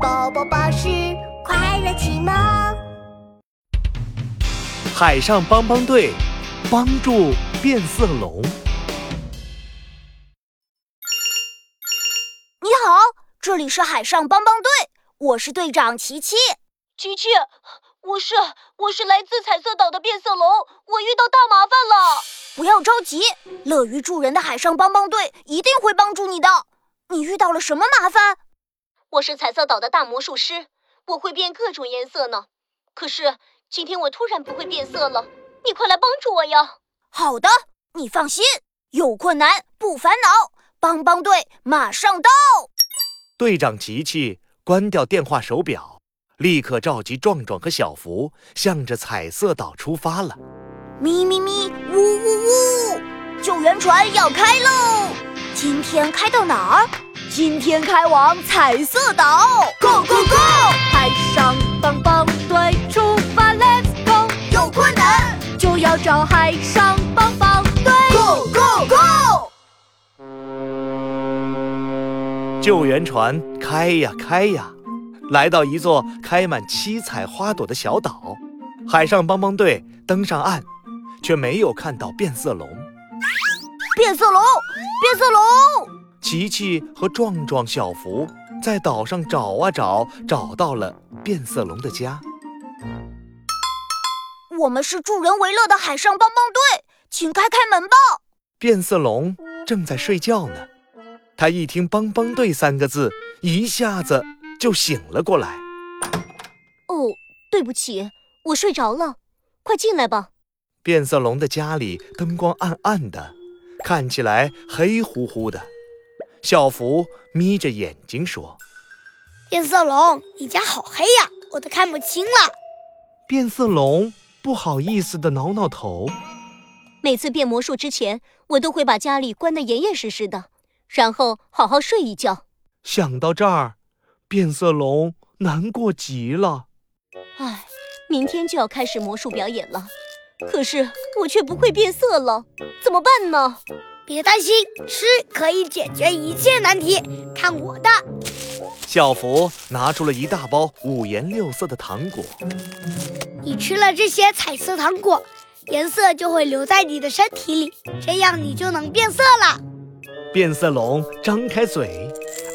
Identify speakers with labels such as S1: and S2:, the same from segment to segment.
S1: 宝宝巴士快乐启蒙。
S2: 海上帮帮队，帮助变色龙。
S3: 你好，这里是海上帮帮队，我是队长琪琪。
S4: 琪琪，我是我是来自彩色岛的变色龙，我遇到大麻烦了。
S3: 不要着急，乐于助人的海上帮帮队一定会帮助你的。你遇到了什么麻烦？
S4: 我是彩色岛的大魔术师，我会变各种颜色呢。可是今天我突然不会变色了，你快来帮助我呀！
S3: 好的，你放心，有困难不烦恼，帮帮队马上到。
S2: 队长琪琪关掉电话手表，立刻召集壮壮和小福，向着彩色岛出发了。
S3: 咪咪咪，呜呜呜，救援船要开喽！今天开到哪儿？今天开往彩色岛，Go Go Go！
S5: 海上帮帮队出发，Let's go！
S3: 有困难
S5: 就要找海上帮帮队。
S3: ，Go Go Go！
S2: 救援船开呀开呀，来到一座开满七彩花朵的小岛。海上帮帮队登上岸，却没有看到变色龙。
S3: 变色龙，变色龙！
S2: 琪琪和壮壮、小福在岛上找啊找，找到了变色龙的家。
S3: 我们是助人为乐的海上帮帮队，请开开门吧！
S2: 变色龙正在睡觉呢，他一听“帮帮队”三个字，一下子就醒了过来。
S4: 哦，对不起，我睡着了，快进来吧。
S2: 变色龙的家里灯光暗暗的，看起来黑乎乎的。小福眯着眼睛说
S1: 变色龙，你家好黑呀，我都看不清了。：“
S2: 变色龙，不好意思的挠挠头。
S4: 每次变魔术之前，我都会把家里关得严严实实的，然后好好睡一觉。”
S2: 想到这儿，变色龙难过极了。
S4: 唉，明天就要开始魔术表演了，可是我却不会变色了，怎么办呢？
S1: 别担心，吃可以解决一切难题。看我的，
S2: 小福拿出了一大包五颜六色的糖果，
S1: 你吃了这些彩色糖果，颜色就会留在你的身体里，这样你就能变色了。
S2: 变色龙张开嘴，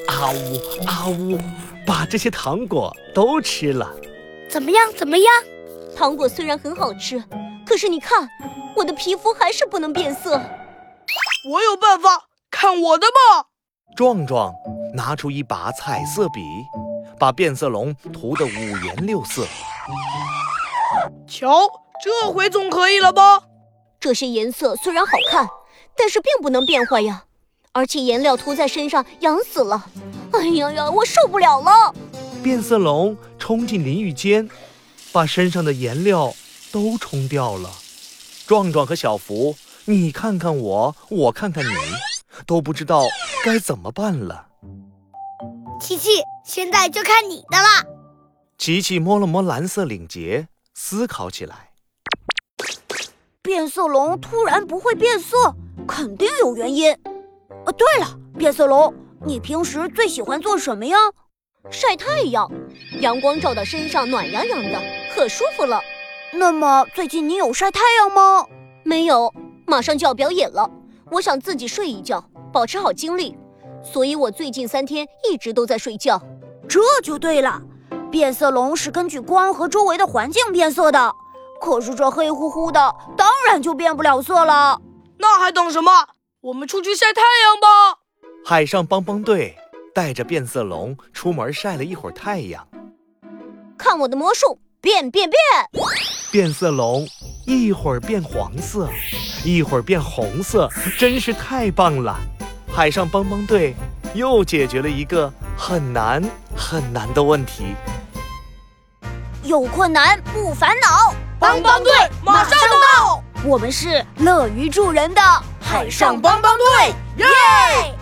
S2: 啊呜啊呜，把这些糖果都吃了。
S1: 怎么样？怎么样？
S4: 糖果虽然很好吃，可是你看，我的皮肤还是不能变色。
S6: 我有办法，看我的吧！
S2: 壮壮拿出一把彩色笔，把变色龙涂得五颜六色。
S6: 瞧，这回总可以了吧？
S4: 这些颜色虽然好看，但是并不能变坏呀，而且颜料涂在身上痒死了。哎呀呀，我受不了了！
S2: 变色龙冲进淋浴间，把身上的颜料都冲掉了。壮壮和小福，你看看我，我看看你，都不知道该怎么办了。
S1: 琪琪，现在就看你的啦。
S2: 琪琪摸了摸蓝色领结，思考起来。
S3: 变色龙突然不会变色，肯定有原因。哦，对了，变色龙，你平时最喜欢做什么呀？
S4: 晒太阳，阳光照到身上暖洋洋的，可舒服了。
S3: 那么最近你有晒太阳吗？
S4: 没有，马上就要表演了，我想自己睡一觉，保持好精力，所以我最近三天一直都在睡觉。
S3: 这就对了，变色龙是根据光和周围的环境变色的。可是这黑乎乎的，当然就变不了色了。
S6: 那还等什么？我们出去晒太阳吧！
S2: 海上帮帮队带着变色龙出门晒了一会儿太阳，
S4: 看我的魔术，变变变！
S2: 变色龙一会儿变黄色，一会儿变红色，真是太棒了！海上帮帮队又解决了一个很难很难的问题。
S3: 有困难不烦恼，
S6: 帮帮队马上
S3: 到。我们是乐于助人的海上帮。
S6: 帮帮队，耶！